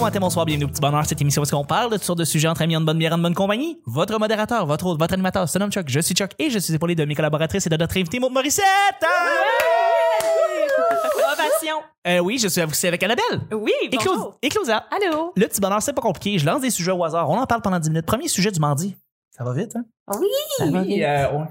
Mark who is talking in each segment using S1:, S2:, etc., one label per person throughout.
S1: matin, bonsoir, bienvenue au Petit Bonheur, cette émission où est-ce qu'on parle de toutes sortes de sujets entre amis, en bonne bière, en bonne compagnie. Votre modérateur, votre hôte, votre animateur, se nomme Chuck, je suis Chuck et je suis épaulé de mes collaboratrices et de notre invité, Maud Morissette!
S2: Ovation.
S1: Euh, oui, je suis aussi avec Annabelle!
S2: Oui,
S1: Et, Clos-
S2: bonjour. Ah.
S1: et Closa.
S2: Allô.
S1: Le Petit Bonheur, c'est pas compliqué, je lance des sujets au hasard, on en parle pendant 10 minutes. Premier sujet du mardi. Ça va vite, hein?
S3: Oui,
S1: Ça va vite. Euh, ouais.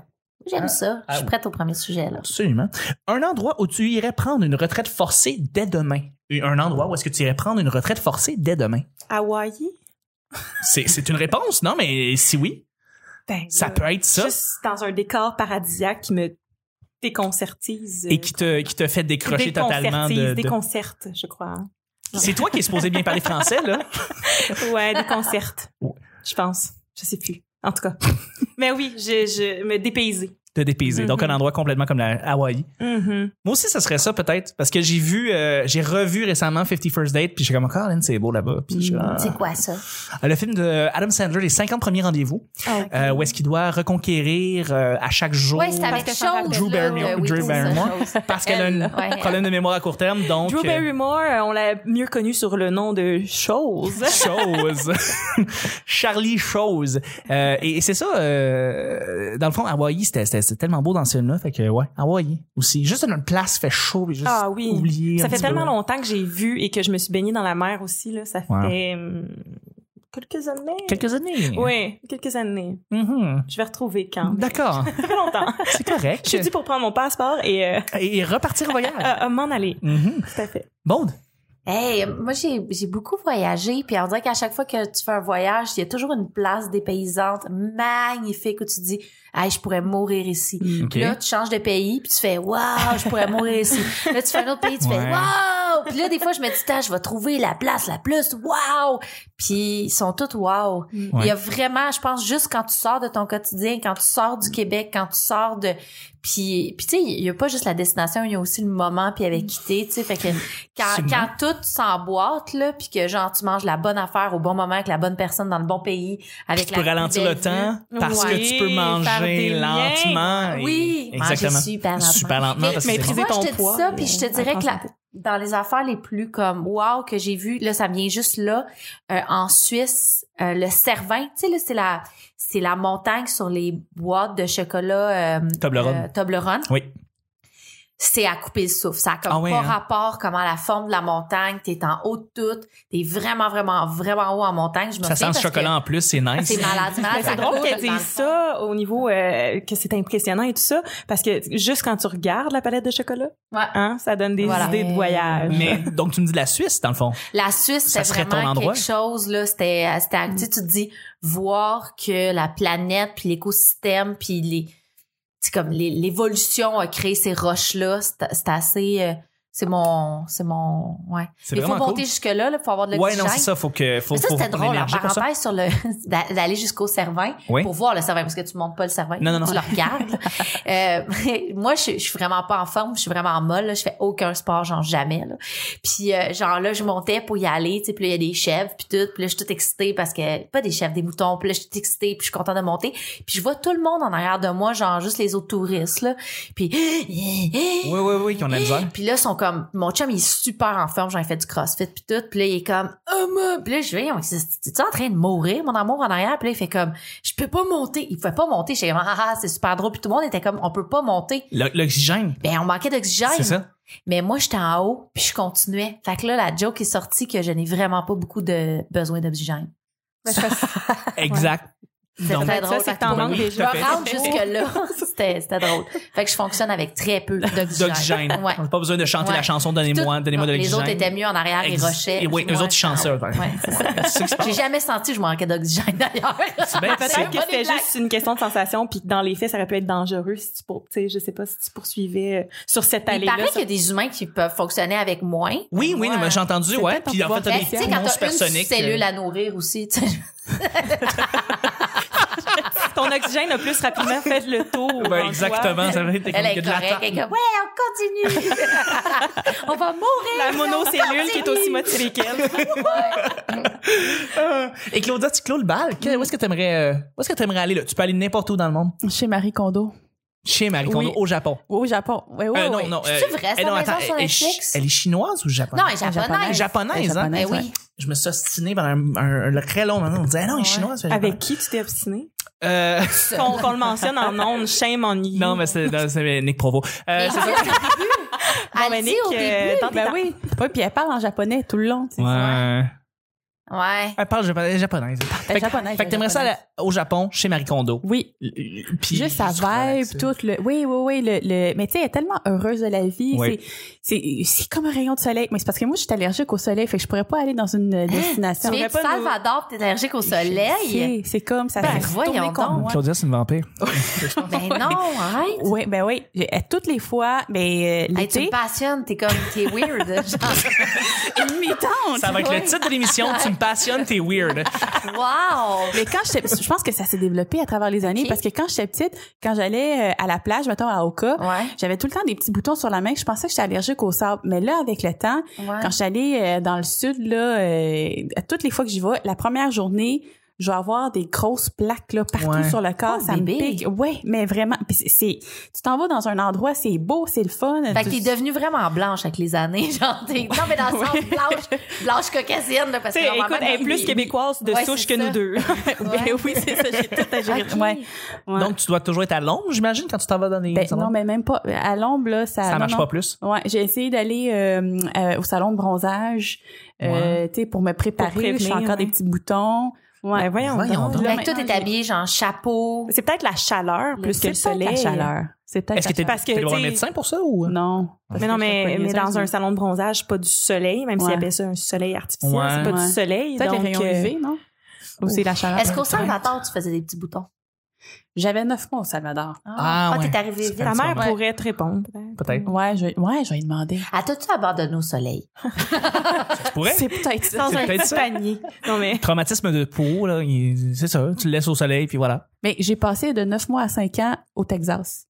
S3: j'aime ça.
S1: ah
S3: Je suis
S1: oui.
S3: prête au premier sujet, là.
S1: Absolument. Un endroit où tu irais prendre une retraite forcée dès demain. Et Un endroit où est-ce que tu irais prendre une retraite forcée dès demain?
S2: Hawaï.
S1: C'est c'est une réponse, non? Mais si oui,
S2: Ben,
S1: ça
S2: là,
S1: peut être ça.
S2: Juste dans un décor paradisiaque qui me déconcertise. euh,
S1: Et qui te, qui te fait décrocher totalement de... de-
S2: Déconcerte, je crois. hein.
S1: C'est toi qui es supposé bien parler français, là?
S2: Ouais, déconcerte.
S1: Ouais.
S2: Je pense. Je sais plus. En tout cas. Mais oui, je, je me dépayser.
S1: De dépayser. Donc,
S3: Mm-hmm.
S1: un
S2: Mhm.
S1: endroit complètement comme la Hawaï.
S2: Mm-hmm.
S1: Moi aussi, ça serait ça, peut-être. Parce que j'ai vu, euh, j'ai revu récemment 50 First Date, puis j'ai comme, Colin, c'est beau là-bas. Puis je suis comme,
S3: C'est quoi ça?
S1: Ah. Le film de Adam Sandler, Les 50 premiers rendez-vous, euh, où est-ce qu'il doit reconquérir euh, à chaque jour.
S3: Ah, Ouais, c'est avec
S2: que
S3: chose.
S2: ça raconte-
S1: Drew
S3: là.
S1: Barrymore-
S3: Euh, oui,
S1: Drew
S3: c'est ça,
S1: Barrymore.
S3: chose.
S1: Parce qu'elle a
S3: Elle,
S1: un
S3: ouais.
S1: problème de mémoire à court terme, donc.
S2: Drew
S1: euh,
S2: Barrymore, euh, on l'a mieux connu sur le nom de Chose.
S1: Chose. Charlie Chose. Euh, et et c'est ça, euh, dans le fond, Hawaï, c'était c'était- c'était tellement beau dans ce film-là. Fait que, ouais, Hawaï aussi. Juste une place fait chaud. puis Juste
S2: Ah oui.
S1: oublier un
S2: Ça fait
S1: petit peu.
S2: tellement longtemps que j'ai vu et que je me suis baignée dans la mer aussi. Là. Ça fait
S1: Wow.
S2: hum, quelques années.
S1: Quelques années. hein.
S2: Oui, quelques années.
S1: Mhm.
S2: Je vais retrouver quand.
S1: D'accord.
S2: Ça fait longtemps.
S1: C'est correct.
S2: Je suis due pour prendre mon passeport et euh,
S1: Et et repartir au voyage.
S2: euh, euh, m'en aller.
S1: Mhm.
S2: Tout à fait.
S1: Bon.
S3: Hey, moi, j'ai j'ai beaucoup voyagé, puis on dirait qu'à chaque fois que tu fais un voyage, il y a toujours une place dépaysante magnifique où tu te dis, hey, je pourrais mourir ici.
S1: OK.
S3: Puis Là, tu changes de pays, puis tu fais waouh, je pourrais mourir ici. Là, tu fais un autre pays, tu
S1: Ouais.
S3: fais waouh. Puis là, des fois, je me dis, Tain, je vais trouver la place la plus waouh. Puis ils sont tous
S1: Mm.
S3: waouh. Il y a vraiment, je pense, juste quand tu sors de ton quotidien, quand tu sors
S1: Mm.
S3: du Québec, quand tu sors de... Puis, puis tu sais, il y a pas juste la destination, il y a aussi le moment, puis avec quitté, tu sais. Fait que quand,
S1: Absolument.
S3: quand tout s'emboîte, là, puis que genre, tu manges la bonne affaire au bon moment, avec la bonne personne, dans le bon pays, avec
S1: Tu peux
S3: la
S1: ralentir
S3: belle
S1: le
S3: vue.
S1: temps parce
S2: Ouais.
S1: que tu peux
S2: Faire
S1: manger
S2: des liens.
S1: lentement. et-
S3: Oui, manger
S1: exactement.
S3: super lentement.
S1: Super lentement parce que c'est bon.
S2: Mais maîtriser
S3: Moi,
S2: ton
S3: je te
S2: poids,
S3: dis ça, puis je te
S2: euh,
S3: dirais que la-
S2: attention.
S3: dans les affaires les plus comme wow que j'ai vu, là, ça vient juste là, euh, en Suisse, euh, le Cervin, tu sais, là, c'est la, c'est la montagne sur les boîtes de chocolat euh,
S1: Toblerone.
S3: euh, Toblerone.
S1: Oui.
S3: C'est à couper le souffle. Ça a comme
S1: Ah oui,
S3: pas
S1: hein?
S3: rapport comment la forme de la montagne. T'es en haut de tout. T'es vraiment, vraiment, vraiment haut en montagne. Je me
S1: Ça
S3: souviens
S1: sent le
S3: parce que
S1: chocolat en plus, c'est nice.
S3: C'est malade, malade,
S2: Mais
S3: ça
S2: c'est drôle
S3: coule
S2: qu'elle
S3: dans le
S2: dise
S3: fond.
S2: ça au niveau euh, que c'est impressionnant et tout ça, parce que juste quand tu regardes la palette de chocolat,
S3: Ouais.
S2: hein, ça donne des
S3: Voilà.
S2: idées de voyage.
S1: Mais donc tu me dis de la Suisse dans le fond.
S3: La Suisse,
S1: Ça
S3: c'est
S1: serait ton
S3: vraiment
S1: endroit. Mm.
S3: quelque chose, là. C'était, euh, c'était, tu sais, tu te dis, voir que la planète, puis l'écosystème, puis les, c'est comme les- l'évolution a créé ces roches-là. C'est, c'est assez, euh, c'est mon, c'est mon, ouais.
S1: C'est
S3: Il faut
S1: vraiment cool.
S3: monter jusque-là, là, pour avoir de
S1: Ouais,
S3: l'oxygène.
S1: non, c'est ça, faut que faut
S3: Mais ça,
S1: faut
S3: c'était
S1: prendre
S3: drôle, en
S1: l'énergie pour ça.
S3: parenthèse, sur le, d'a- d'aller jusqu'au Cervin
S1: Oui.
S3: pour voir le Cervin, parce que tu montes pas le Cervin,
S1: Non, non, non.
S3: tu le regardes. Euh, moi, je, je suis vraiment pas en forme, je suis vraiment en molle, là, je fais aucun sport, genre jamais. Là. Puis euh, genre là, je montais pour y aller, tu sais, puis là, il y a des chèvres, puis tout, puis là, je suis toute excitée parce que, pas des chèvres, des moutons, puis là, je suis toute excitée, puis je suis contente de monter. Puis je vois tout le monde en arrière de moi, genre juste les autres touristes, là. Puis...
S1: Oui, oui, oui, qu'on a la misère.
S3: Puis là, ils sont comme, mon chum, il est super en forme, j'en ai fait du crossfit, puis tout. Puis là, il est comme, oh, moi. Puis là, je vais, t'es-tu en train de mourir, mon amour, en arrière? Puis là, il fait comme, je peux pas monter. Il pouvait pas monter. J'étais comme, ah, ah, c'est super drôle. Puis tout le monde était comme, on peut pas monter.
S1: L'o- L'oxygène,
S3: Ben, on manquait
S1: c'est
S3: d'oxygène.
S1: ça.
S3: Mais moi, j'étais en haut, puis je continuais. Fait que là, la joke est sortie que je n'ai vraiment pas beaucoup de besoin d'oxygène.
S2: Mais je fais-
S1: Exact.
S3: C'est
S1: Donc,
S3: très
S2: ça,
S3: drôle.
S2: c'est
S3: fait
S2: que t'en
S3: pour
S2: manques
S3: lui,
S2: déjà.
S3: Je me rendre
S1: Ben.
S2: Fait-
S3: jusque-là. C'était c'était drôle. Fait que je fonctionne avec très peu
S1: d'oxygène.
S3: d'oxygène. Ouais.
S1: On n'a pas besoin de chanter
S3: Ouais.
S1: la chanson Donnez-moi
S3: Tout-
S1: donnez-moi de
S3: non, Les
S1: l'oxygène.
S3: autres étaient mieux en arrière, ils
S1: Ex-
S3: rushaient.
S1: et oui,
S3: Moi,
S1: eux autres, ils
S3: j'étais en
S1: chantaient,
S3: haut.
S1: ouais.
S3: Ouais, c'est ça.
S1: C'est ça qui
S3: J'ai
S1: se passe.
S3: jamais senti que je manquais d'oxygène d'ailleurs.
S1: C'est bien, c'est-
S2: Peut-être que c'était juste une question de sensation, puis que dans les faits, ça aurait pu être dangereux si tu, pour- tu sais, je sais pas si tu poursuivais euh, sur cette
S3: Il
S2: allée-là.
S3: paraît qu'il y a des humains qui peuvent fonctionner avec moins.
S1: Oui, oui,
S2: Ouais.
S1: mais j'ai entendu, ouais.
S2: peut-être
S1: Puis en
S2: pour
S1: fait, t'as
S3: Ben,
S1: des
S3: tu sais, quand
S1: poumons
S3: t'as une
S1: supersoniques. euh,
S3: cellule à nourrir aussi, tu sais,
S2: Ton oxygène a plus rapidement fait le tour.
S1: Ben, exactement, ça va être
S3: elle est
S1: de la
S3: correcte. Elle est comme, ouais, on continue. on va mourir.
S2: La monocellule qui est aussi motivée qu'elle.
S1: Euh, Et Claudia, tu clôt le bal. Que- Où est-ce que t'aimerais, euh, où est-ce que t'aimerais aller, là? Tu peux aller n'importe où dans le monde.
S4: Chez Marie Kondo.
S1: Chez Marie Kondo
S2: Oui.
S1: au Japon.
S2: Oui, au Japon. Oui, oui,
S1: Euh,
S2: oui.
S1: non, non.
S3: C'est-tu
S1: euh,
S3: vrai, cette
S1: euh, non,
S3: maison
S1: attends,
S3: sur
S1: elle, est
S3: Netflix?
S1: chi- elle est chinoise ou japonaise?
S3: Non, elle est japonaise.
S1: japonaise, hein?
S3: Eh
S2: ouais.
S3: oui.
S1: Je me suis ostiné pendant un, un- un très long moment. On me disait, ah non, elle est
S3: Ouais.
S1: chinoise. elle est
S2: Avec qui tu t'es obstiné?
S1: japonaise. Euh,
S2: Qu'on qu'on le mentionne en ondes, shame on you.
S1: non, mais c'est non, c'est Nick Provo. Euh,
S3: Elle
S1: c'est
S3: dit
S1: ça.
S3: au début. Elle dit
S2: Nick,
S3: au
S2: euh,
S3: début.
S2: tente-
S4: Ben oui. Oui, puis elle parle en japonais tout le long. tu sais.
S1: Ouais.
S3: Ouais.
S1: Elle parle japonais- japonaise.
S4: Elle
S1: Fait
S4: est
S1: que-
S4: japonaise.
S1: Fait que
S4: elle est
S1: t'aimerais ça
S4: japonaise.
S1: aller au Japon, chez Marie Kondo.
S4: Oui.
S1: Puis,
S4: Juste sa
S1: se relaxer.
S4: vibe, tout le. Oui, oui, oui. Le, le- Mais tu sais, elle est tellement heureuse de la vie.
S1: Oui.
S4: C'est c'est- c'est comme un rayon de soleil. Mais c'est parce que moi, je suis allergique au soleil. Fait que je pourrais pas aller dans une euh,
S3: Tu
S4: destination.
S3: viens du
S2: pas nous-
S3: Salvador, pis t'es allergique au soleil.
S4: C'est- C'est comme ça.
S3: Ben,
S4: se
S3: voyons donc.
S1: Mmh, Claudia, c'est une vampire.
S3: Ben non, arrête.
S4: Oui, ben oui. J'ai- à Toutes les fois, ben, euh,
S3: Hey, tu me
S4: l'été.
S3: passionnes, t'es comme, t'es weird. Genre,
S4: Une mi-tente.
S1: Ça va être le titre de l'émission. Tu me passionnes, t'es weird.
S3: wow!
S4: Mais quand j'étais, je pense que ça s'est développé à travers les années
S3: Ok.
S4: parce que quand j'étais petite, quand j'allais euh, à la plage, mettons à Oka,
S3: Ouais.
S4: j'avais tout le temps des petits boutons sur la main. que Je pensais que j'étais allergique au sable, mais là avec le temps,
S3: Ouais.
S4: quand j'allais euh, dans le sud là, euh, à toutes les fois que j'y vais, la première journée, je vais avoir des grosses plaques là partout
S1: Ouais.
S4: sur le corps,
S3: Oh,
S4: ça
S3: bébé.
S4: me pique. Ouais, mais vraiment, puis c'est, c'est- tu t'en vas dans un endroit, c'est beau, c'est le fun.
S3: Fait
S4: Tu-
S3: que t'es devenue vraiment blanche avec les années. Genre, t'es, non, mais dans le sens blanche, blanche caucasienne, là, parce que
S2: T'sais,
S3: normalement,
S2: écoute, elle est plus
S3: il-
S2: québécoise de
S3: Ouais,
S2: souche que
S3: c'est
S2: nous
S3: ça.
S2: deux.
S4: Ben oui, c'est ça, j'ai tout à gérer.
S3: Ok.
S4: Ouais. ouais.
S1: Donc, tu dois toujours être à l'ombre, j'imagine, quand tu t'en vas dans les
S4: Ben,
S1: salons?
S4: non, mais même pas. À l'ombre, là, ça.
S1: Ça
S4: non,
S1: marche
S4: non.
S1: pas plus.
S4: Ouais, j'ai essayé d'aller euh, euh, au salon de bronzage, euh, tu sais, pour me préparer.
S2: Pour prévenir,
S4: je fais encore
S2: ouais.
S4: des petits boutons. Ouais.
S2: Ben voyons,
S1: Voyons
S2: donc.
S1: donc.
S4: Là,
S3: hein. Fait que toi, t'es
S4: maintenant,
S3: habillée, genre, chapeau.
S2: C'est peut-être la chaleur plus que le
S4: c'est peut-être
S2: soleil.
S4: la chaleur. C'est peut-être
S1: Est-ce que
S4: la
S1: t'es
S4: chaleur.
S2: Parce que,
S1: t'es allé voir un
S2: tu sais-
S1: médecin pour ça ou? euh,
S4: Non.
S2: Mais non, mais, mais dans un
S4: salon.
S2: salon de bronzage, pas du soleil, même s'il
S4: Ouais.
S2: appelle ça un soleil artificiel,
S1: Ouais.
S2: c'est pas
S4: Ouais.
S2: du soleil.
S4: Peut-être les
S2: donc,
S4: rayons
S2: euh,
S4: UV, non? Ou c'est la chaleur.
S3: Est-ce qu'au Salvador, tu faisais des petits boutons?
S4: J'avais neuf mois au Salvador.
S1: Ah, ouais.
S3: t'es arrivée
S1: Ça
S3: vite.
S1: fait
S2: ta mère
S1: Ouais.
S2: pourrait te répondre.
S1: Peut-être.
S4: Ouais, je, ouais, je vais lui demander.
S3: Ah, t'as-tu abandonné au soleil?
S1: Tu pourrais?
S4: C'est peut-être ça.
S2: Dans
S1: C'est
S2: un
S1: peut-être
S2: petit
S1: ça.
S2: panier. Non, mais
S1: Traumatisme de peau, là, il- c'est ça. Tu le laisses au soleil, puis voilà.
S4: Mais j'ai passé de neuf mois à cinq ans au Texas.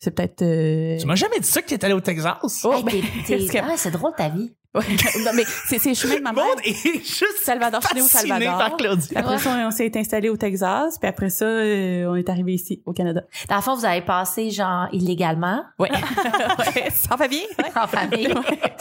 S4: C'est peut-être. euh,
S1: Tu m'as jamais dit ça que t'es allé au Texas?
S4: Oh,
S3: Hey,
S4: ben,
S3: t'es- t'es-
S4: parce que-
S3: Ah, c'est drôle ta vie.
S4: Ouais. non, mais c'est c'est le chemin de ma
S1: Le
S4: mère.
S1: monde est juste
S4: Salvador, je suis née au
S1: fasciné
S4: Salvador.
S1: par Claudia.
S4: Après ça, on s'est installé au Texas, puis après ça, euh, on est arrivé ici, au Canada.
S3: Dans le fond, vous avez passé, genre, illégalement,
S4: Ouais. en famille?
S3: en famille.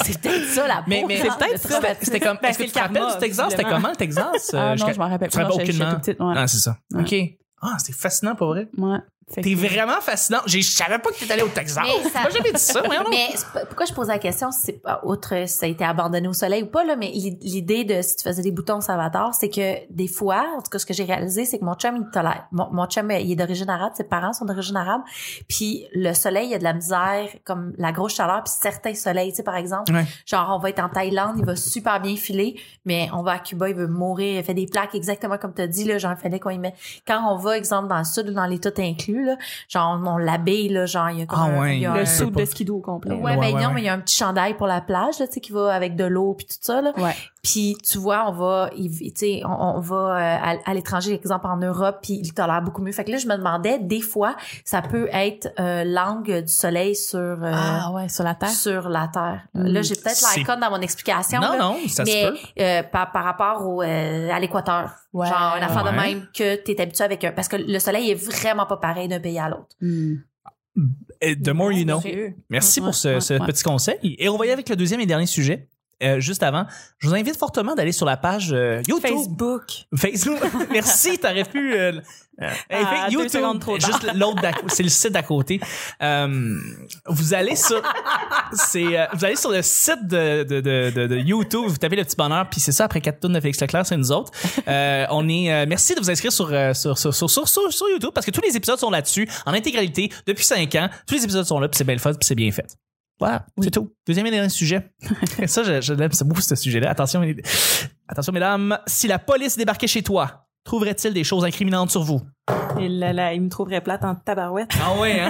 S3: c'est peut-être ça, la
S1: Mais,
S3: peau,
S1: mais
S3: genre, de
S1: c'était-
S3: traumatisme.
S1: c'était comme.
S2: Ben,
S1: Est-ce que
S2: c'est
S1: tu
S2: le
S1: te rappelles
S2: karma,
S1: du Texas? C'était
S2: visiblement.
S1: comment le Texas?
S4: Ah
S1: Euh,
S4: non,
S1: jusqu'à-
S4: je m'en rappelle
S1: tu te
S4: pas.
S1: rappelles
S4: j'étais-
S1: aucunement?
S4: j'étais toute petite, ouais.
S1: Ah, c'est ça.
S4: Ouais.
S1: OK. Ah, c'est fascinant pour vrai.
S4: Ouais. Fait que-
S1: T'es vraiment fascinant. J'ai- Je savais pas que t'étais allé au Texas.
S3: Mais ça-
S1: Moi, j'avais dit ça, voyons donc.
S3: Mais c'est pas- pourquoi je pose la question, c'est pas autre si ça a été abandonné au soleil ou pas, là, mais l'i- l'idée de si tu faisais des boutons Salvador, c'est que des fois, en tout cas, ce que j'ai réalisé, c'est que mon chum, il tolère. Mon, mon chum, euh, il est d'origine arabe, ses parents sont d'origine arabe, puis le soleil, il y a de la misère, comme la grosse chaleur, puis certains soleils, tu sais, par exemple,
S1: Ouais.
S3: genre, on va être en Thaïlande, il va super bien filer, mais on va à Cuba, il veut mourir, il fait des plaques exactement comme tu as dit, là, genre, il fallait qu'on y mette. Quand on va, exemple, dans le sud ou dans les tout inclus, là, genre, on, on l'habille, là, genre, il y a comme
S1: Ah
S3: un-
S1: ouais,
S3: il y a
S1: le
S3: un-
S2: le
S1: sou-
S2: soude
S1: pas.
S2: de skido au complet.
S3: Ouais,
S1: Ouais,
S3: ben
S1: ouais,
S3: non,
S1: ouais.
S3: mais il y a un petit chandail pour la plage, là, tu sais, qui va avec de l'eau puis tout ça, là.
S4: Ouais.
S3: Puis tu vois, on va, il- tu sais, on, on va euh, à, à l'étranger, exemple en Europe, puis il tolère beaucoup mieux. Fait que là, je me demandais, des fois, ça peut être euh, l'angle du soleil sur euh,
S4: Ah ouais, sur la terre.
S3: sur la terre.
S4: Mm.
S3: Là, j'ai peut-être
S1: C'est-
S3: l'icône dans mon explication.
S1: Non,
S3: là,
S1: non, ça se
S3: mais
S1: peut.
S3: euh, par, par rapport au, euh, à l'équateur,
S4: Ouais.
S3: genre un affaire de
S1: Ouais.
S3: même que t'es habitué avec un, parce que le soleil est vraiment pas pareil d'un pays à l'autre.
S4: Hmm.
S1: Et The more you know. Merci
S4: Ouais,
S1: pour ce,
S4: ouais,
S1: ce
S4: ouais.
S1: petit conseil. Et on va y aller avec le deuxième et dernier sujet. Euh, juste avant, je vous invite fortement d'aller sur la page euh, YouTube.
S2: Facebook.
S1: Facebook. Merci, t'aurais pu. euh, euh, hey,
S2: Ah,
S1: fait-
S2: deux secondes trop tard.
S1: Juste l'autre d'à- c'est le site d'à côté. Euh, vous allez sur, c'est, euh, vous allez sur le site de, de, de, de, de YouTube. Vous tapez le petit bonheur, puis c'est ça après quatre tours de Félix Leclerc, c'est nous autres. Euh, on est. euh, merci de vous inscrire sur, euh, sur, sur, sur, sur, sur, sur YouTube parce que tous les épisodes sont là-dessus en intégralité depuis cinq ans. Tous les épisodes sont là, puis c'est belle fun, puis c'est bien fait. Voilà, c'est tout. Deuxième et dernier sujet. ça, je, je l'aime, c'est beau ce sujet-là. Attention, les- attention, mesdames. Si la police débarquait chez toi, trouverait-il des choses incriminantes sur vous?
S2: Et là, là, il me trouverait plate en tabarouette.
S1: Ah ouais, hein?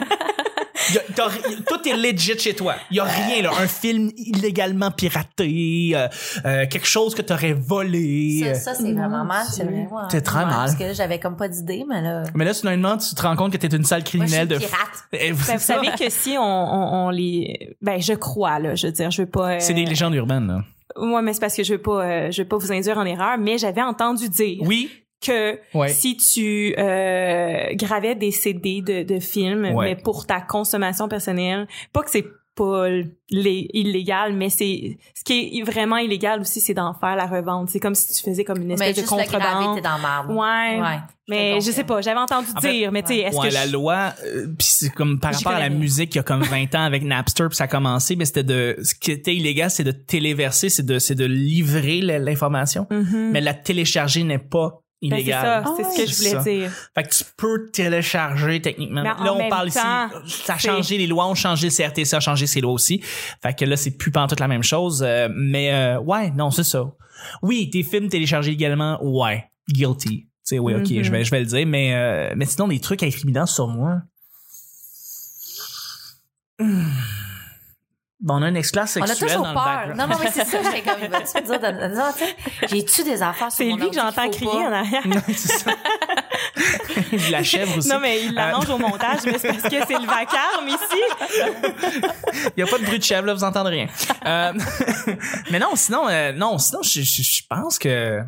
S1: Y a- t'as ri- tout est legit chez toi. Il y a rien là, un film illégalement piraté, euh, euh, quelque chose que t'aurais volé.
S3: Ça, ça c'est
S4: Mon
S3: vraiment mal,
S4: Dieu.
S3: c'est vraiment.
S1: C'est Euh, très
S3: Ouais,
S1: mal.
S3: Parce que là, j'avais comme pas d'idée, mais là.
S1: Mais là, soudainement, tu te rends compte que t'es une sale
S3: Moi, je suis
S1: criminelle de.
S3: pirate.
S1: Eh, vous-
S2: Ben, vous savez que si on, on, on les... Ben, je crois, là, je veux dire, je veux pas... euh,
S1: C'est des légendes urbaines, là.
S2: Ouais, mais c'est parce que je veux pas, euh, je veux pas vous induire en erreur, mais j'avais entendu dire
S1: Oui,
S2: que
S1: Ouais.
S2: si tu euh, gravais des CD de, de films,
S1: Ouais.
S2: mais pour ta consommation personnelle. Pas que c'est pas lé- illégal, mais c'est ce qui est vraiment illégal aussi, c'est d'en faire la revente. C'est comme si tu faisais comme une
S3: Mais
S2: espèce de
S3: juste le gravé, t'es
S2: contrebande.
S3: dans le marbre.
S2: Ouais.
S3: Ouais,
S2: Mais
S3: te
S2: je sais
S3: comprends.
S2: pas, j'avais entendu
S1: En fait,
S2: dire, mais tu sais,
S3: ouais.
S2: est-ce
S1: ouais,
S2: que
S1: la
S2: je-
S1: loi, euh, puis c'est comme par
S3: Je
S1: rapport à la
S3: connais.
S1: musique il y a comme 20 ans avec Napster, puis ça a commencé, mais c'était de ce qui était illégal, c'est de téléverser, c'est de c'est de livrer l- l'information,
S2: Mhm.
S1: mais la télécharger n'est pas
S2: Ben, c'est
S1: illégale.
S2: ça, c'est ce
S4: Ah
S2: que je voulais
S1: ouais.
S2: dire.
S1: Fait que tu peux télécharger techniquement.
S2: Mais en
S1: là on
S2: même
S1: parle
S2: temps,
S1: ici, ça a
S2: c'est-
S1: changé les lois, ont changé le CRTC a changé ses lois aussi. Fait que là c'est plus pas toute la même chose, euh, mais euh, ouais, non, c'est ça. Oui, des films téléchargés également, ouais, guilty. Tu sais, oui, ok,
S2: Mhm.
S1: je vais je vais le dire, mais euh, mais sinon des trucs incriminants sur moi. Bon, on a une esclave
S3: On a
S1: sexuelle
S3: toujours
S1: dans le
S3: peur.
S1: background.
S3: Non, non, mais c'est ça. J'étais comme, il va-tu me dire de- non, tu sais, J'ai-tu des affaires sur
S2: C'est
S3: mon
S2: lui que
S3: ordi qu'il
S2: j'entends
S3: faut
S2: crier
S3: pas?
S2: en arrière.
S1: Non, c'est ça. Je la chèvre aussi. Euh,
S2: Non, mais il l'annonce au montage, mais c'est parce que c'est le vacarme ici.
S1: Il n'y a pas de bruit de chèvre, là, vous entendez rien. Euh, mais non, sinon, euh, non, sinon, je, je- je pense que.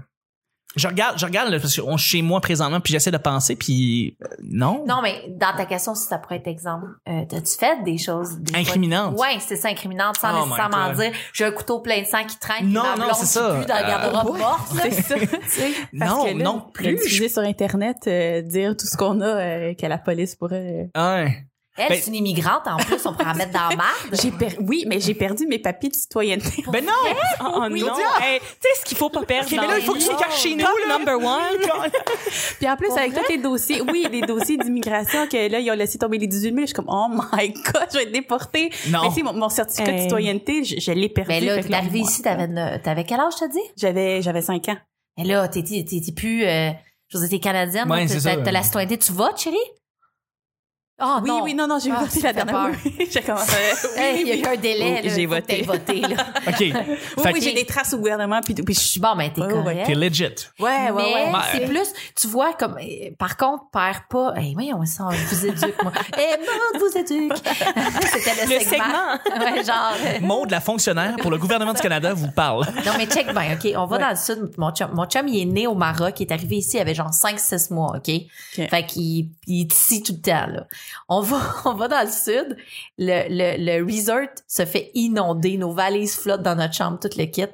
S1: Je regarde, je regarde, là, parce que on- je suis chez moi présentement, puis j'essaie de penser, puis. euh, non.
S3: Non, mais dans ta question, si ça pourrait être exemple, euh, t'as-tu fait des choses des fois-
S1: Incriminantes.
S3: Ouais, c'est ça, incriminante, sans
S1: Oh my
S3: nécessairement
S1: God.
S3: dire j'ai un couteau plein de sang qui traîne,
S1: Non,
S3: puis ma
S1: non,
S3: blonde
S1: c'est
S3: qui
S1: ça.
S3: pue dans la
S1: Euh,
S3: garde-robe morte. là.
S4: C'est ça. Parce
S1: non,
S4: que là,
S1: non
S4: de
S1: plus.
S4: diffuser sur Internet, euh, dire tout ce qu'on a euh, que la police pourrait... euh,
S1: je- Ouais.
S3: Elle,
S1: Ben-
S3: c'est une immigrante, en plus, on pourrait la mettre dans la marde.
S4: J'ai per- Oui, mais j'ai perdu mes papiers de citoyenneté.
S1: Ben non!
S2: Oh
S1: Oui.
S2: non!
S1: Claudia!
S2: Hey, tu sais ce qu'il faut pas perdre.
S1: Ok, mais là, il faut que tu
S2: tu
S1: t'écartes chez nous,
S2: Top
S1: là.
S2: number one.
S4: Puis en plus, avec tous les dossiers, oui, les dossiers d'immigration, que là, ils ont laissé tomber les 18 000, je suis comme, oh my God, je vais être déportée.
S1: Non.
S4: Mais tu sais, mon, mon certificat de
S2: Hey.
S4: citoyenneté, je, je l'ai perdu.
S3: Mais là,
S4: Fait que
S3: t'es arrivée
S4: moi,
S3: ici, t'avais, une- t'avais quel âge, t'as dit?
S4: J'avais, j'avais 5 ans.
S3: Mais là, t'es, t'es, t'es- t'es plus, euh, je veux dire, t'es canadienne,
S1: Ouais,
S3: donc
S1: c'est
S3: t'as,
S1: ça.
S3: t'as la citoyenneté, tu votes, chérie? Oh,
S4: oui,
S3: non.
S4: oui, non, non, j'ai
S3: Ah,
S4: voté
S3: ça
S4: la
S3: me fait
S4: dernière oui, j'ai commencé.
S3: Hey, il y a eu un délai,
S4: Oui,
S3: là,
S4: j'ai
S3: faut que
S4: voté.
S3: t'aies voté, là.
S1: OK.
S4: Oui,
S1: Fait
S4: oui,
S1: que
S4: j'ai des traces au gouvernement, puis, puis je suis...
S3: Bon, ben, t'es
S4: Ouais, ouais.
S3: correct.
S1: t'es legit.
S4: Ouais, ouais,
S3: mais
S4: ouais.
S3: c'est plus, tu vois, comme, euh, par contre, perds pas, hey, voyons ça, je vous éduque, moi. Eh, Maud vous éduque. C'était le,
S2: Le segment.
S3: ouais, genre. euh,
S1: Maud, la fonctionnaire pour le gouvernement du Canada, vous parle.
S3: Non, mais check bien, OK? On va dans le sud. Mon chum, mon chum, il est né au Maroc. Il est arrivé ici, il avait genre 5-6 mois, OK? Fait qu'il il est ici tout le temps, là. On va, on va dans le sud. Le, le, le resort se fait inonder. Nos valises flottent dans notre chambre, tout le kit.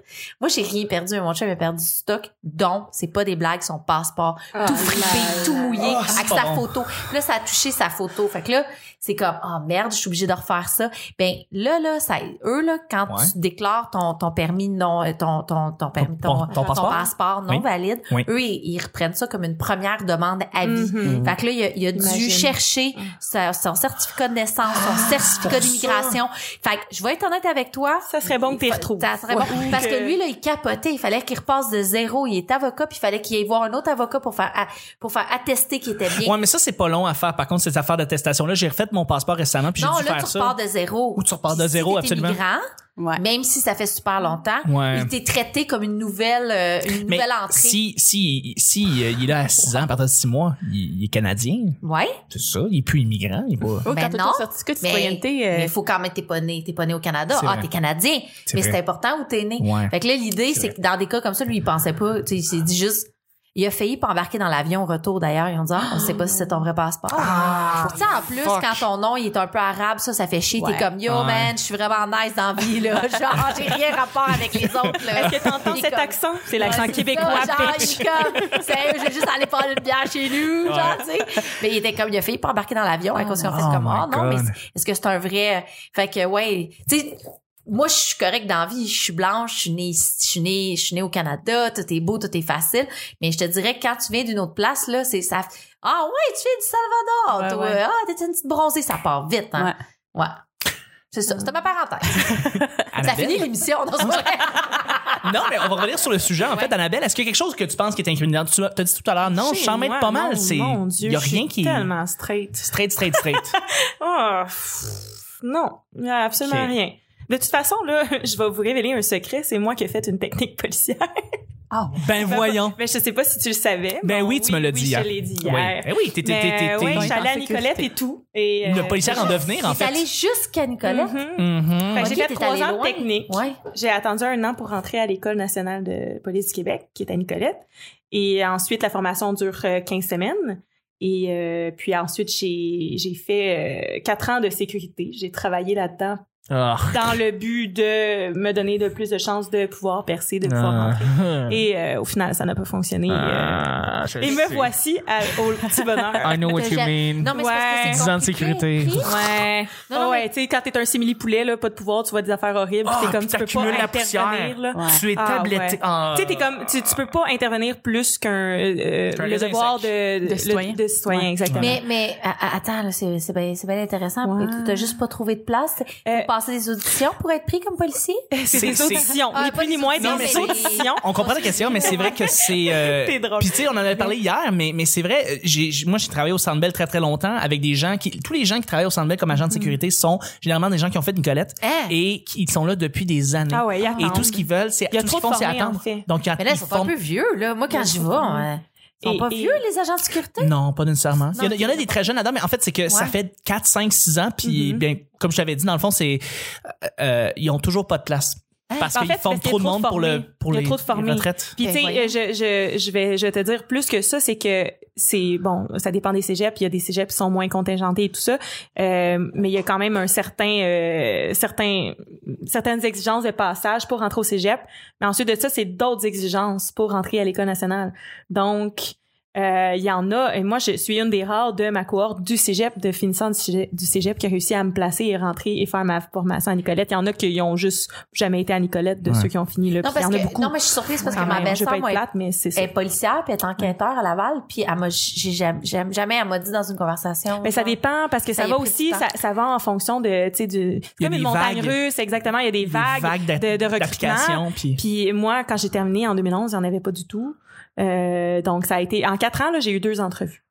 S3: Moi, j'ai rien perdu, mais mon chum a perdu du stock. Donc, c'est pas des blagues, son passeport. tout fripé, tout mouillé,
S1: Ah, c'est
S3: avec
S1: pas
S3: sa
S1: bon.
S3: photo. Puis Là, ça a touché sa photo. Fait que là, c'est comme, oh merde, je suis obligée de refaire ça. Ben, là, là, ça, eux, là, quand
S1: Ouais.
S3: tu déclares ton, ton permis non, euh, ton, ton, ton permis,
S1: Ton-
S3: ton,
S1: ton passeport?
S3: non
S1: Oui.
S3: valide,
S1: Oui.
S3: eux, ils, ils reprennent ça comme une première demande à vie.
S2: Mhm.
S3: Fait que là, il a, il a dû
S2: Imagine. Ah,
S3: chercher sa- son certificat de naissance, son certificat
S1: pour
S3: d'immigration. Fait que je vais être honnête avec toi.
S2: Ça serait bon que t'y
S3: Ça-
S2: retrouves.
S3: ça serait bon.
S2: Ouais.
S3: Parce que
S2: Que-
S3: lui, là, il capotait. Il fallait qu'il repasse de zéro. Il est avocat, puis il fallait qu'il aille voir un autre avocat pour faire, a- pour faire attester qu'il était bien.
S1: Ouais, mais ça, c'est pas long à faire. Par contre, cette affaire d'attestation-là, j'ai refait mon passeport récemment, puis j'ai
S3: non,
S1: dû
S3: là,
S1: faire
S3: tu
S1: ça.
S3: repars de zéro.
S1: Ou tu repars de
S3: Puis si
S1: zéro,
S3: t'es
S1: absolument.
S3: immigrant,
S4: Ouais.
S3: même si ça fait super longtemps,
S1: Ouais.
S3: il t'est traité comme une nouvelle, euh, une
S1: Mais
S3: nouvelle entrée.
S1: si, si, si euh, il est là à 6 ans, à partir de 6 mois, il, il est canadien.
S3: Ouais.
S1: C'est ça, il est plus immigrant, il est pas...
S4: Oh,
S3: Ben
S4: quand t'as
S3: non,
S4: ton certificat de
S3: Mais
S4: citoyenneté, euh,
S3: mais il faut quand même t'es pas né, t'es pas né au Canada.
S1: C'est
S3: Ah,
S1: vrai.
S3: t'es canadien.
S1: C'est
S3: Mais
S1: vrai.
S3: c'est important où t'es né.
S1: Ouais.
S3: Fait que là, l'idée,
S1: C'est
S3: c'est
S1: vrai.
S3: que dans des cas comme ça, lui, il pensait pas. Tu sais, il s'est dit juste. Il a failli pas embarquer dans l'avion au retour d'ailleurs. Ils ont dit, ah, on sait pas si c'est ton vrai passeport.
S1: Ah,
S3: Pour ça, en plus,
S1: fuck.
S3: quand ton nom, il est un peu arabe, ça, ça fait chier.
S4: Ouais.
S3: T'es comme, yo,
S1: Ouais.
S3: man, je suis vraiment nice dans la vie, là. Genre, j'ai rien rapport avec les autres, là.
S2: Est-ce que t'entends
S3: Il est
S2: cet
S3: comme-
S2: accent? C'est
S3: Ouais,
S2: l'accent
S3: c'est
S2: québécois,
S3: ça, genre,
S2: bitch.
S3: il est comme, sérieux, je vais juste aller prendre une bière chez nous, genre, tu sais. Mais il était comme, il a failli pas embarquer dans l'avion à cause qu'on fait
S1: Oh
S3: comme,
S1: my
S3: oh non, mais
S1: God.
S3: c'est- est-ce que c'est un vrai, fait que, ouais, tu sais, moi, je suis correcte dans la vie, je suis blanche, je suis née, ici, je suis née, je suis née au Canada, tout est beau, tout est facile. Mais je te dirais que quand tu viens d'une autre place, là, c'est ça. Ah ouais, tu viens du Salvador,
S4: Ouais,
S3: toi.
S4: ouais.
S3: Ah, t'es une petite bronzée, ça part vite, hein. Ouais. C'est ça, c'était ma parenthèse. ça
S1: Annabelle? Ah,
S3: finit l'émission. Non, c'est vrai.
S1: Non, mais on va revenir sur le sujet. En fait, Annabelle, est-ce qu'il y a quelque chose que tu penses qui est incriminant? Tu as dit tout à l'heure, non, je s'en mets
S2: Moi,
S1: pas mal.
S2: non,
S1: C'est,
S2: Mon Dieu,
S1: il y a
S2: je suis
S1: rien qui est
S2: tellement straight.
S1: straight, straight, straight.
S2: Oh, pff, non, il y a absolument
S1: Ok.
S2: rien. De toute façon, là, je vais vous révéler un secret. C'est moi qui ai fait une technique policière.
S3: Ah,
S1: Ben voyons.
S2: Mais je sais pas si tu le savais.
S1: Ben
S2: Bon,
S1: oui, tu me l'as dit
S2: Oui,
S1: hier.
S2: je l'ai dit
S1: Oui,
S2: hier.
S1: ben oui, t'es- t'es- t'es-
S2: Mais,
S1: t'es-
S2: oui, je suis
S1: t'es-
S2: allée à
S4: en sécurité.
S2: Nicolette et tout. Et,
S1: le
S2: euh,
S1: policière en devenir, en
S3: t'es
S1: fait.
S3: allé jusqu'à Nicolette.
S2: Mhm.
S1: Mhm.
S2: Fait que
S3: Ok,
S2: j'ai fait
S3: t'es
S2: trois
S3: allé
S2: ans de
S3: loin.
S2: technique.
S3: Ouais.
S2: J'ai attendu un an pour rentrer à l'École nationale de police du Québec, qui est à Nicolette. Et ensuite, la formation dure euh, 15 semaines. Et euh, puis ensuite, j'ai j'ai fait euh, quatre ans de sécurité. J'ai travaillé là-dedans
S1: Ah.
S2: dans le but de me donner le plus de chances de pouvoir percer, de pouvoir
S1: Ah.
S2: rentrer. Et euh, au final, ça n'a pas fonctionné.
S1: Ah, je
S2: euh, et
S1: sais.
S2: me voici à- au petit bonheur.
S1: I know what
S3: Que
S1: you
S3: j'ai-
S1: mean.
S3: Non, mais c'est parce que
S2: Ouais.
S3: c'est
S1: 10 ans de
S3: compliqué
S1: sécurité.
S3: à écrire.
S2: Ouais.
S3: Non, non,
S2: ouais,
S3: mais-
S2: tu sais, quand t'es un simili-poulet, là, pas de pouvoir, tu vois des affaires horribles,
S1: Ah,
S2: t'es comme,
S1: puis
S2: tu peux
S1: t'accumules
S2: pas
S1: la poussière.
S2: intervenir, là.
S1: Tu es
S2: Ah,
S1: tabletté.
S2: ouais.
S1: en-
S2: Tu sais, t'es comme, tu, tu peux pas intervenir plus qu'un, euh,
S1: Qu'un
S2: le
S1: raisin
S2: devoir
S1: sec.
S2: de,
S4: De
S2: le-
S4: citoyen.
S2: de citoyen,
S4: Ouais.
S2: exactement.
S3: Mais, mais a- a- attends, là, c'est c'est bien bien intéressant.
S2: Ouais.
S3: Tu T'as juste pas trouvé de place. Faut
S2: Euh,
S3: passer des auditions pour être pris comme policier?
S2: c'est
S1: c'est-
S2: des
S1: c'est-
S2: auditions.
S3: Ah,
S2: ni
S3: pas
S2: plus ni
S3: des
S2: moins,
S1: auditions,
S2: des
S1: mais
S3: des-
S2: auditions.
S1: On comprend la question, mais c'est vrai que c'est. euh,
S2: T'es drôle.
S1: Puis tu sais, on en avait parlé hier, mais, mais c'est vrai. euh, j'ai- j'ai- moi, j'ai travaillé au Centre Bell très très longtemps avec des gens qui, tous les gens qui travaillent au Centre Bell comme agents
S2: Mm-hmm.
S1: de sécurité sont généralement des gens qui ont fait une collecte
S3: Hein?
S1: et qui ils sont là depuis des années.
S2: Eh! Ah ouais, ils
S1: Et
S2: attendent.
S1: tout ce qu'ils veulent, c'est
S2: Il y a
S1: tout ce
S2: trop
S1: qu'ils font,
S2: de
S1: c'est
S2: formés, hein.
S1: attendre.
S2: en fait.
S1: Donc, ils,
S3: Mais là, ils sont pas un
S1: forment-
S3: peu vieux, là. Moi, quand j'y vais, hein, ils sont
S2: Et-
S3: pas
S2: et-
S3: vieux, les agents de sécurité.
S1: Non, pas nécessairement. il, y en a, il y en a des très jeunes là-dedans, mais en fait, c'est que ça
S3: Ouais.
S1: fait 4, 5, 6 ans, puis
S2: Mhm.
S1: bien, comme je t'avais dit, dans le fond, c'est euh, euh, ils ont toujours pas de place.
S3: Hein?
S1: Parce
S2: Eh, En
S1: qu'ils
S2: fait,
S1: forment
S2: parce qu'il y a
S1: trop de
S2: trop de
S1: monde pour, le,
S2: formés.
S1: pour
S2: Il y a
S1: les,
S2: trop de formés.
S1: les retraites.
S2: Puis tu sais,
S3: Ben,
S2: euh, je, je, je vais je vais te dire plus que ça, c'est que c'est bon, ça dépend des cégeps. Il y a des cégeps qui sont moins contingentés et tout ça, Euh, mais il y a quand même un certain, euh, certain, certaines exigences de passage pour rentrer au cégep. Mais ensuite de ça, c'est d'autres exigences pour rentrer à l'école nationale. Donc euh, il y en a, et moi je suis une des rares de ma cohorte du cégep, de finissant du cégep, du cégep qui a réussi à me placer et rentrer et faire ma formation à Nicolette. Il y en a qui ont juste jamais été à Nicolette, de
S1: Ouais.
S2: ceux qui ont fini là.
S3: Non,
S2: Puis il y
S3: parce
S2: en a
S3: que,
S2: beaucoup.
S3: non, mais je suis surprise parce que
S2: Quand
S3: ma
S2: même, je
S3: belle-sœur,
S2: vais
S3: moi,
S2: pas être plate, mais c'est ça.
S3: elle est policière puis elle est enquêteur à Laval puis elle m'a j'ai jamais, jamais jamais elle m'a dit dans une conversation
S2: Mais ça
S3: genre,
S2: dépend parce que
S3: Ça
S2: ça,
S3: y a
S2: va
S3: pris du
S2: aussi,
S3: temps.
S2: ça, ça va en fonction de, tu sais, du, c'est
S1: Il y a
S2: comme
S1: des
S2: une montagne
S1: vagues.
S2: russe, exactement. Il y a
S1: Des
S2: des vagues,
S1: vagues d'a-
S2: de, de recrutement.
S1: d'applications, puis
S2: Puis moi, quand j'ai terminé en 2011, il n'y en avait pas du tout. Euh, donc ça a été, en quatre ans, là, j'ai eu deux entrevues.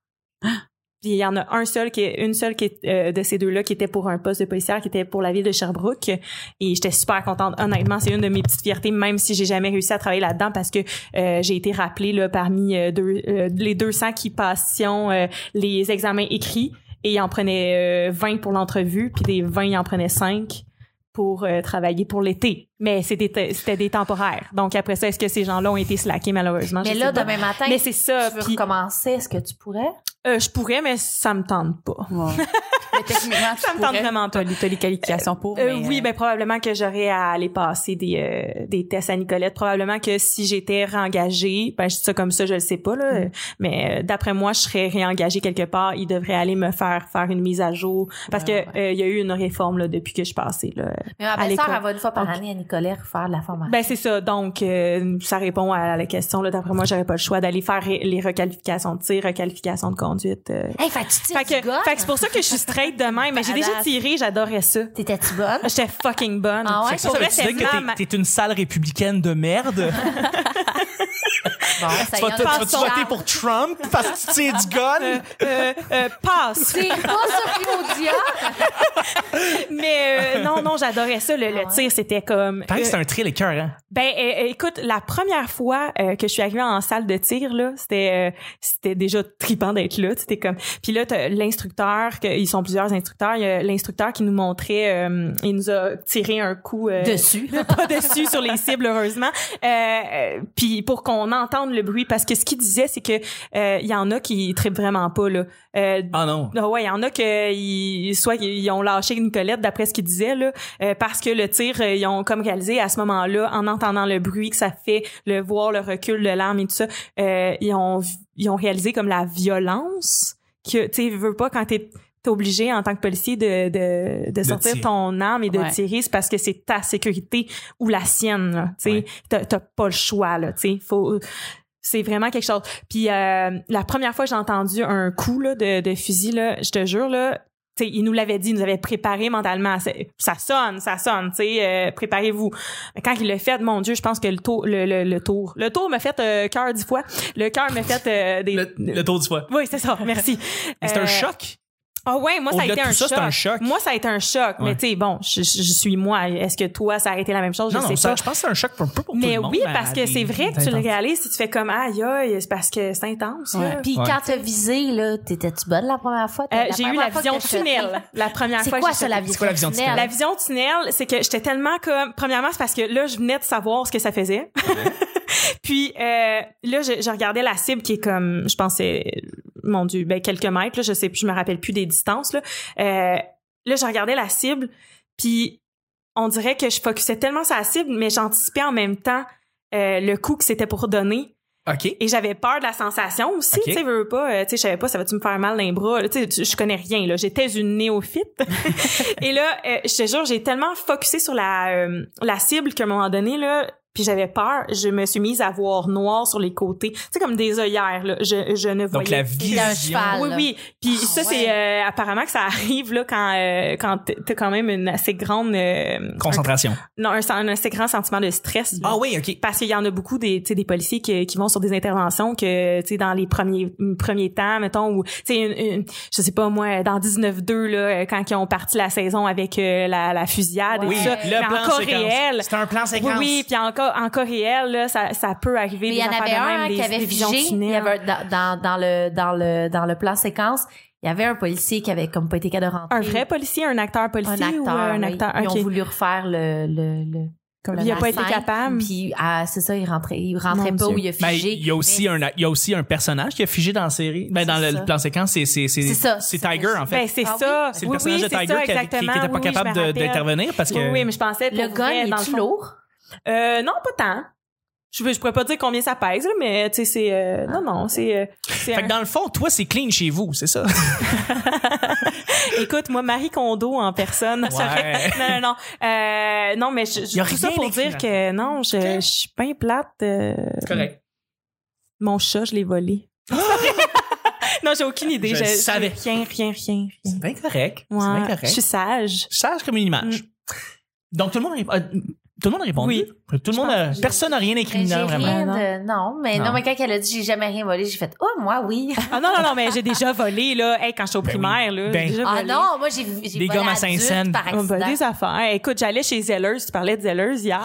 S2: Puis il y en a un seul qui est, une seule qui est, euh, de ces deux-là qui était pour un poste de policière qui était pour la ville de Sherbrooke et j'étais super contente honnêtement c'est une de mes petites fiertés même si j'ai jamais réussi à travailler là-dedans parce que euh, j'ai été rappelée là, parmi euh, deux, euh, les 200 qui passions euh, les examens écrits et ils en prenaient euh, 20 pour l'entrevue, puis des 20, ils en prenaient 5 pour euh, travailler pour l'été. Mais c'était des, c'était des temporaires. Donc après ça, est-ce que ces gens-là ont été slackés malheureusement?
S3: mais
S2: Je
S3: là
S2: sais pas.
S3: demain matin
S2: mais c'est ça.
S3: tu veux
S2: puis,
S3: recommencer est-ce que tu pourrais
S2: euh, je pourrais, mais ça me tente pas.
S4: Mais techniquement, tu
S2: Ça me
S4: pourrais.
S2: tente vraiment pas.
S4: T'as les- t'as les qualifications pour.
S2: Euh,
S4: mais,
S2: oui,
S4: euh,
S2: ben probablement que j'aurais à aller passer des, euh, des tests à Nicolette. Probablement que si j'étais réengagée, ben je dis ça comme ça, je le sais pas là.
S3: Mm.
S2: euh, Mais euh, d'après moi, je serais réengagée quelque part. Ils devraient aller me faire faire une mise à jour parce
S4: Ouais,
S3: Ah,
S2: que euh, il y a eu une réforme là depuis que je suis passée là.
S3: mais ma
S2: À
S3: belle-sœur
S2: l'école.
S3: elle va une fois par
S2: Ok.
S3: année à Nicolet refaire de la formation
S2: Ben c'est ça. Donc euh, ça répond à la question là. D'après moi, j'aurais pas le choix d'aller faire ré- les requalifications de tir, requalifications de conduite. euh.
S3: hey fait que tu tires
S2: Fait que,
S3: du gun?
S2: fait que c'est pour ça que je suis straight de même. Mais j'ai déjà
S3: Badass.
S2: tiré, j'adorais ça.
S3: t'étais-tu bonne
S2: J'étais fucking bonne.
S3: Ah ouais?
S1: Fait que ça,
S2: Pour
S1: ça
S2: vrai,
S1: veut dire
S2: c'est vraiment ma-
S1: que t'es- t'es une sale républicaine de merde.
S3: bon ça
S1: tu
S3: y
S1: vas,
S3: est,
S1: tu
S3: on
S1: vas- tu
S3: a un
S1: voter
S3: charme.
S1: pour Trump parce que tu tires du gun.
S2: Euh, euh, passe.
S3: c'est pas Sophie Audia
S2: Mais euh, non, non, j'adorais ça. Le, le
S3: Ah ouais?
S2: tir, c'était comme.
S1: Pareil,
S2: euh,
S1: c'est un thrill écœurant.
S2: ben, euh, écoute, la première fois euh, que je suis arrivée en salle de tir, là, c'était euh, c'était déjà tripant d'être là. C'était comme. Puis là, t'as l'instructeur, que- ils sont plusieurs instructeurs. Il y a l'instructeur qui nous montrait, euh, il nous a tiré un coup. euh,
S3: dessus
S2: pas dessus sur les cibles heureusement Euh, euh, puis pour qu'on entende le bruit parce que ce qu'il disait c'est que euh, il y en a qui trippent vraiment pas là Euh,
S1: Ah non.
S2: Ah ouais, il y en a que ils, soit ils ont lâché Nicolette d'après ce qu'il disait là, euh, parce que le tir euh, ils ont comme réalisé à ce moment-là en entendant le bruit que ça fait, le voir le recul de l'arme et tout ça, euh, ils ont ils ont réalisé comme la violence que tu sais veux pas quand t'es t'es obligé en tant que policier de de, de sortir
S1: tirer.
S2: ton arme et de
S4: Ouais.
S2: tirer c'est parce que c'est ta sécurité ou la sienne là, tu sais
S1: Ouais.
S2: t'as t'as pas le choix là, tu sais faut c'est vraiment quelque chose. Puis euh, la première fois que j'ai entendu un coup là, de, de fusil, là, je te jure, là, tu sais, il nous l'avait dit, il nous avait préparé mentalement. C'est- Ça sonne, ça sonne, tu sais, euh, préparez-vous. Quand il l'a fait, mon Dieu, je pense que le tour, le, le, le tour, le tour m'a fait euh, cœur dix fois. Le cœur m'a fait euh, des.
S1: Le, le tour du poids.
S2: Oui, c'est ça. Merci.
S1: Mais c'est
S2: Euh,
S1: un choc.
S2: Ah ouais, moi ça a
S1: Au-delà
S2: été
S1: de
S2: un,
S1: tout ça,
S2: choc.
S1: c'est un choc.
S2: Moi ça a été un choc, mais
S1: Ouais.
S2: tu sais bon, je, je- je suis moi. Est-ce que toi ça a été la même chose
S1: Non,
S2: Je
S1: non,
S2: sais
S1: ça,
S2: pas.
S1: je pense que c'est un choc pour un peu pour tout
S2: Mais
S1: le monde.
S2: oui,
S1: à
S2: parce que
S1: des-
S2: c'est vrai que
S1: des
S2: tu le
S1: intensités.
S2: réalises si tu fais comme aïe aïe, c'est parce que c'est intense. là.
S3: Puis
S1: Ouais.
S3: quand t'as visé, là, t'étais-tu bonne la première fois?
S2: Euh,
S3: La
S2: j'ai eu
S3: première
S2: la
S3: fois que
S2: vision
S3: t'as fait-
S2: tunnel la première
S3: C'est
S2: fois.
S3: quoi
S2: j'ai
S3: ça,
S2: fait-
S3: la vision,
S1: quoi la vision tunnel?
S2: La vision tunnel, c'est que j'étais tellement comme premièrement c'est parce que là je venais de savoir ce que ça faisait. Puis euh, là je, je regardais la cible qui est comme je pensais mon dieu ben quelques mètres là, je sais plus je me rappelle plus des distances là. Euh, là je regardais la cible puis on dirait que je focusais tellement sur la cible mais j'anticipais en même temps euh, le coup que c'était pour donner.
S1: OK.
S2: Et j'avais peur de la sensation aussi,
S1: Ok.
S2: tu sais, veux, veux pas, euh, tu sais, je savais pas, ça va-tu me faire mal dans les bras, là, tu sais, tu- je connais rien, là, j'étais une néophyte. et là, euh, je te jure, j'ai tellement focusé sur la, euh, la cible qu'à un moment donné, là, puis j'avais peur, je me suis mise à voir noir sur les côtés, tu sais, comme des œillères, là, je, je ne voyais
S1: Donc, la
S3: C'était un
S1: vision.
S3: cheval.
S2: oui,
S3: là.
S2: oui. Puis
S3: Ah,
S2: ça,
S3: ouais.
S2: c'est euh, apparemment que ça arrive là quand euh, quand t'es- t'as quand même une assez grande euh,
S1: Concentration.
S2: un- non un, sen- un assez grand sentiment de stress. là.
S1: Ah oui, OK.
S2: Parce qu'il y en a beaucoup des, tu sais, des policiers qui, qui vont sur des interventions que, tu sais, dans les premiers, premiers temps, mettons, ou, tu sais, une- une- je sais pas moi, dans 19-2, là, euh, quand ils ont parti la saison avec euh, la, la fusillade et
S1: Oui,
S2: tout ça.
S1: le
S2: mais
S1: plan
S2: en cas
S1: séquence.
S2: réel.
S1: C'est un plan
S2: Oui,
S1: séquence.
S2: oui, puis en cas, en cas réel, là, ça, ça peut arriver.
S3: Mais il
S2: des
S3: y en
S2: affaires
S3: avait
S2: de
S3: un
S2: même,
S3: hein, qui
S2: des-
S3: avait
S2: des visions
S3: figé. Il
S2: tunnels.
S3: y avait un- dans, dans, dans le, dans, le, dans le plan séquence, il y avait un policier qui avait comme pas été capable de rentrer.
S2: Un vrai policier, un acteur policier
S3: un acteur.
S2: ou un
S3: là,
S2: acteur.
S3: Ils, ils
S2: ok.
S3: ont voulu refaire le. le, le
S2: Il
S3: le-
S2: a
S3: la
S2: pas été
S3: scène,
S2: capable.
S3: Puis, ah, c'est ça, il rentrait, il rentrait
S2: Mon
S3: pas
S2: Dieu.
S3: où il a
S1: Ben,
S3: figé.
S1: il y a aussi un il y a aussi un personnage qui a figé dans la série ben, dans
S3: C'est
S1: le,
S3: ça.
S1: le plan séquence c'est c'est c'est
S3: C'est ça,
S1: c'est
S3: c'est
S1: Tiger
S3: ça.
S1: en fait
S2: Ben, c'est
S3: Ah oui?
S2: ça.
S1: c'est le
S2: Oui,
S1: personnage
S2: oui,
S1: de
S2: c'est
S1: Tiger
S2: ça,
S1: qui avait- qui- qui
S2: exactement.
S1: n'était pas
S2: Oui, oui,
S1: capable
S2: je me
S1: de-
S2: rappelle.
S1: d'intervenir parce que
S2: Oui, oui, mais je pensais pour
S3: Le gun,
S2: vrai, dans le
S3: est-tu
S2: fond.
S3: lourd?
S2: Euh, non, pas tant. Je, veux- je pourrais pas dire combien ça pèse, là, mais tu sais, c'est. euh, non, non, c'est. euh, c'est
S1: fait
S2: un-
S1: que dans le fond toi c'est clean chez vous c'est ça
S2: Écoute, moi, Marie Kondo en personne. ça
S1: Ouais.
S2: fait- Non, non, non. Euh, non, mais je, je-
S1: Y a
S2: tout ça
S1: rien
S2: pour
S1: d'écrit
S2: dire que non, je,
S1: Ok.
S2: je suis bien plate. euh,
S1: correct
S2: mon chat, je l'ai volé. non, j'ai aucune idée.
S1: Je
S2: je
S1: le savais.
S2: Rien, rien, rien. rien.
S1: c'est bien correct c'est bien
S2: Ouais,
S1: correct
S2: je suis Mm. sage.
S1: sage comme une image donc tout le monde a- a- tout le monde a répondu tout le monde a-
S3: pense que-
S1: personne n'a rien
S3: Mais j'ai
S1: d'incriminant vraiment
S3: rien de, non, mais non.
S1: Non.
S3: mais quand elle a dit j'ai jamais rien volé, j'ai fait, oh, moi, oui.
S2: Ah non, non, non, mais j'ai déjà volé, là. Hey, quand j'étais au
S1: Ben oui.
S2: primaire, là.
S1: Ben.
S2: j'ai déjà
S3: Ah
S2: volé.
S3: non, moi, j'ai, j'ai
S1: Des
S3: volé
S1: gommes à
S3: adulte
S1: Saint-Saëns.
S3: par
S2: On
S3: accident.
S2: va Ah, ben, des affaires. Écoute, j'allais chez Zellers, tu parlais de Zellers hier,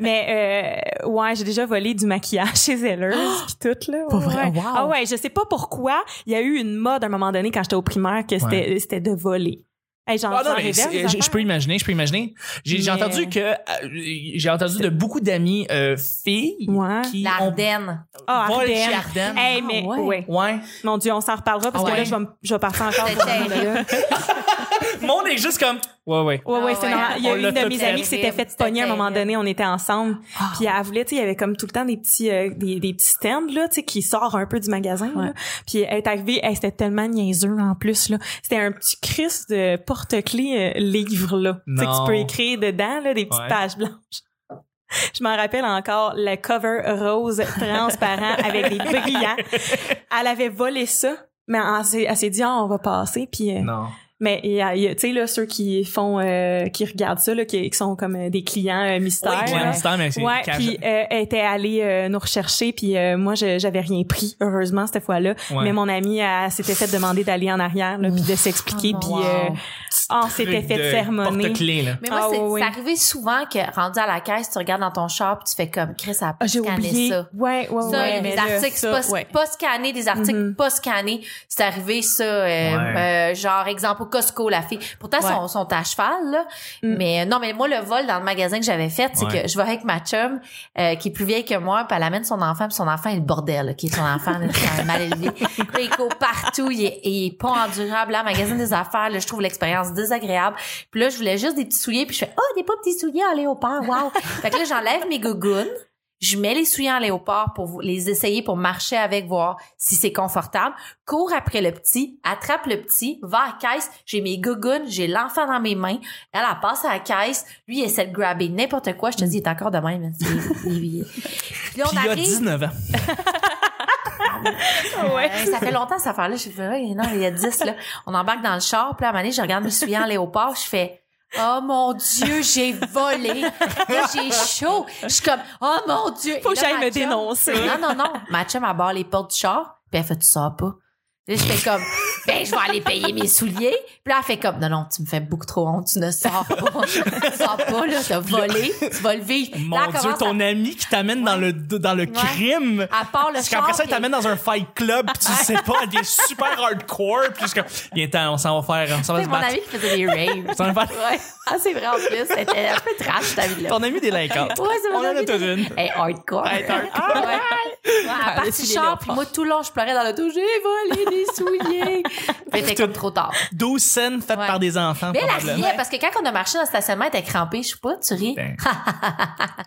S2: mais euh, ouais, j'ai déjà volé du maquillage chez Zellers puis tout là.
S1: Pas vrai?
S2: Ouais.
S1: Wow.
S2: Ah ouais, je sais pas pourquoi, il y a eu une mode à un moment donné quand j'étais au primaire que c'était c'était de voler. Hey, j'en
S1: Ah non,
S2: j'en
S1: mais
S2: rêvais,
S1: c'est-
S2: mes
S1: je, je
S2: affaires.
S1: peux imaginer, je peux imaginer. J'ai j'ai
S2: Mais-
S1: entendu que euh, j'ai entendu de beaucoup d'amis euh, filles
S2: Ouais.
S1: qui
S3: La
S1: ont
S3: Ardenne.
S2: Ah,
S1: volé
S2: Ardenne.
S1: chez Ardenne.
S2: Hey,
S4: Ah,
S2: mais
S4: ouais.
S2: ouais.
S1: Ouais.
S2: Mon dieu, on s'en reparlera parce
S1: Ah
S2: que
S1: ouais.
S2: là je vais me- je vais partir encore.
S3: C'était
S2: pour ce moment-là.
S1: Le monde est juste comme Ouais ouais.
S2: Ouais,
S3: Ah
S2: ouais, c'est
S3: ouais.
S2: normal. Il y a
S1: On l'a
S2: une de
S1: tout
S2: mes
S1: fait.
S2: amies qui s'était fait
S3: C'était Ah.
S2: pogner à un moment
S3: terrible.
S2: donné, on était ensemble. Puis elle voulait, tu sais, il y avait comme tout le temps des petits, euh, des, des petits stands, là, tu sais, qui sort un peu du magasin, là. Puis elle est arrivée, elle c'était tellement niaiseux, en plus, là. C'était un petit cris de porte-clés euh, livre, là. Tu sais, que
S1: Non.
S2: tu peux écrire dedans, là, des petites
S1: Ouais.
S2: pages blanches. Je m'en rappelle encore le cover rose transparent avec des brillants. Elle avait volé ça, mais elle s'est- elle s'est dit, Ah, on va passer. Puis euh,
S1: Non.
S2: mais il y a- il y a- tu sais là ceux qui font euh, qui regardent ça là qui, qui sont comme euh, des clients euh, mystères.
S1: Oui,
S2: là.
S1: Clan Star, mais c'est
S2: Ouais,
S1: cage-
S2: puis euh, elle était allée euh, nous rechercher, puis euh, moi je- j'avais rien pris heureusement cette fois-là,
S1: Ouais.
S2: mais mon amie elle, s'était fait demander d'aller en arrière, là, puis de s'expliquer,
S3: Oh,
S2: puis
S3: wow.
S2: euh, on
S1: Truc
S2: s'était fait
S1: de
S2: sermonner.
S1: Porte-clés, là.
S3: Mais moi,
S2: Ah,
S3: c'est,
S2: oui.
S3: c'est arrivé souvent que, rendu à la caisse, tu regardes dans ton char pis tu fais comme, Chris, elle a
S2: Ah,
S3: pas
S2: j'ai
S3: scanné
S2: oublié.
S3: ça.
S2: Ouais, ouais,
S3: Ça,
S2: ouais.
S3: des
S2: mais là,
S3: articles
S4: ça,
S3: pas,
S4: ouais.
S3: pas scannés, des articles
S2: Mhm.
S3: pas scannés. C'est arrivé, ça, euh,
S1: Ouais.
S3: euh, genre, exemple, au Costco, la fille. Pourtant, ils
S4: Ouais.
S3: sont, sont à cheval, là.
S2: Mm.
S3: Mais euh, non, mais moi, le vol dans le magasin que j'avais fait, c'est
S1: Ouais.
S3: que je vais avec ma chum, euh, qui est plus vieille que moi, puis elle amène son enfant, puis son enfant est le bordel, là, qui est son enfant, là, c'est un mal élevé. Puis là, il court partout, il est, il est pas endurable. Là, magasin des affaires, là, je trouve l'expérience désagréable. Puis là, je voulais juste des petits souliers, puis je fais, oh, des pas petits souliers en léopard, wow! fait que là, j'enlève mes gougounes, je mets les souliers en léopard pour vous- les essayer pour marcher avec, voir si c'est confortable. Cours après le petit, attrape le petit, va à la caisse, j'ai mes gougounes, j'ai l'enfant dans mes mains. Elle, elle passe à la caisse. Lui, il essaie de grabber n'importe quoi. Je te dis, il est encore de même. hein, Il- il- il- Puis là,
S1: Puis
S3: on
S1: il y a
S3: arrive.
S1: 19 ans.
S2: Ouais.
S3: Hey, Ben, ça fait longtemps cette affaire-là. Je fais, ouais, non, il y a 10, là. On embarque dans le char, puis là, à un moment donné, je regarde mes souliers en léopard, je fais, oh mon Dieu, j'ai volé. Là, j'ai chaud. Je suis comme, oh mon Dieu.
S2: Faut
S3: Et
S2: que
S3: là,
S2: j'aille
S3: ma
S2: me
S3: chum-
S2: dénoncer.
S3: Non, non, non. Ma chum, elle barre les portes du char, puis elle fait, tu sors pas. Là, je fais comme, ben, je vais aller payer mes souliers. Puis là, elle fait comme, non, non, tu me fais beaucoup trop honte, tu ne sors pas. tu sors pas, là, t'as volé, tu vas le vivre.
S1: Mon
S3: là, elle
S1: Dieu,
S3: commence
S1: ton ami qui t'amène dans le, dans le crime.
S3: à, à part le
S1: Parce qu'après
S3: char,
S1: ça, il
S3: puis-
S1: t'amène dans un fight club, pis tu sais pas, elle devient super hardcore, pis jusqu'à, viens temps, on s'en va faire, on s'en va
S3: C'est
S1: se
S3: mon
S1: battre.
S3: ami qui faisait des raves.
S1: Ça va faire-
S3: ouais. Ah, c'est vrai, en plus. C'était un peu trash, cette vie-là.
S1: Ton ami délinquante.
S3: Ouais, c'est mon
S1: on en a
S3: ami
S1: toute une.
S3: Hey, hardcore.
S1: Hey, Ah! hardcore.
S3: Ouais. Ouais, à part
S4: le
S3: du
S4: filet
S3: char,
S4: léopard.
S3: puis moi, tout le long, je pleurais dans l'auto. J'ai volé des souliers. Mais c'était comme trop tard.
S1: 12 scènes faites
S3: Ouais.
S1: par des enfants,
S3: Mais elle a
S1: probablement.
S3: riait, parce que quand on a marché dans le stationnement, elle était crampée. Je sais pas, tu ris.
S1: Ben,
S2: Elle,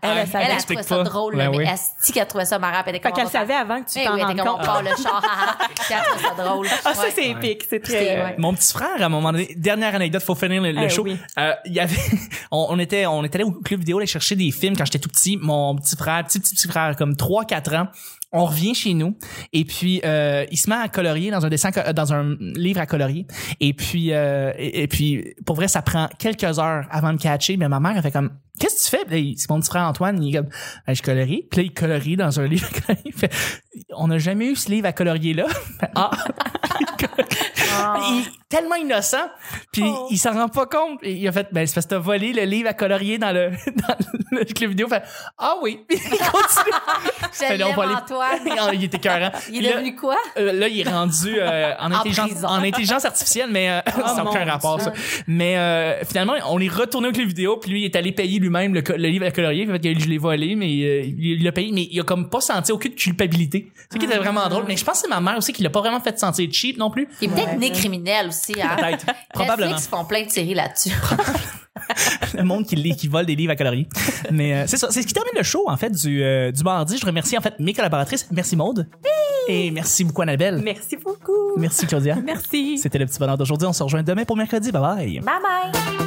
S2: elle
S3: Elle,
S2: savait.
S3: elle,
S1: explique
S3: trouvait
S1: pas.
S3: ça drôle,
S1: Ben
S3: là, mais
S1: oui.
S3: elle se dit qu'elle trouvait ça marrant. puis Elle était
S2: Fait
S3: comme,
S2: qu'elle
S3: on va
S2: savait avant que tu
S3: faire- Eh
S2: t'en
S3: oui, elle
S2: rendes
S3: était comme, on part
S2: compte.
S3: le char. hein. Puis elle trouvait ça drôle.
S2: Ah, ça,
S3: Ouais.
S2: c'est
S1: Ouais.
S2: épique. C'est
S3: C'était-
S2: très... euh,
S3: ouais.
S1: Mon petit frère, à un moment donné, dernière anecdote, faut finir le, le
S2: Eh
S1: show.
S2: oui.
S1: Euh, il y avait, on, on était, on était allé au club vidéo aller chercher des films quand j'étais tout petit. Mon petit frère, petit petit petit frère, comme 3-4 ans. On revient chez nous et puis euh, il se met à colorier dans un dessin, co- dans un livre à colorier et puis euh, et, et puis pour vrai ça prend quelques heures avant de catcher mais ma mère elle fait comme qu'est-ce que tu fais Puis là, il- c'est mon petit frère Antoine il est comme Ben, je colorie puis là il colorie dans un livre à colorier. Il fait, on n'a jamais eu ce livre à colorier là ah
S3: Ah.
S1: il est tellement innocent, puis
S3: Oh.
S1: il s'en rend pas compte. Et il a fait, ben, c'est parce que t'as volé le livre à colorier dans le, dans le club vidéo. Fait, ah oui. Puis il continue.
S3: Je
S1: Fait, là, on
S3: l'aime,
S1: va aller-
S3: Antoine.
S1: il était écœurant.
S3: Il
S1: Là,
S3: est devenu quoi?
S1: euh, là, il est rendu euh, en, intelligence,
S3: prison. Oh,
S1: en intelligence artificielle, mais euh, ça n'a
S2: mon
S1: aucun rapport, ça. Mais euh, finalement, on est retourné au club vidéo, puis lui, il est allé payer lui-même le, co- le livre à colorier. Fait que je l'ai volé, mais euh, il l'a payé, mais il a comme pas senti aucune culpabilité. C'est ça qui
S3: Ah.
S1: était vraiment drôle. Mais je pense que c'est ma mère aussi qui l'a pas vraiment fait sentir cheap non plus.
S3: Il est peut-être né criminel aussi. Hein?
S1: Peut-être. Probablement.
S3: Netflix font plein de séries là-dessus.
S1: le monde qui, lit- qui vole des livres à calories. Mais euh, c'est ça, c'est ce qui termine le show en fait du, euh, du mardi. Je remercie en fait mes collaboratrices. Merci Maude. Et merci beaucoup Annabelle.
S2: Merci beaucoup.
S1: Merci Claudia.
S2: Merci.
S1: C'était le petit bonheur d'aujourd'hui. On se rejoint demain pour mercredi. Bye bye.
S3: Bye bye!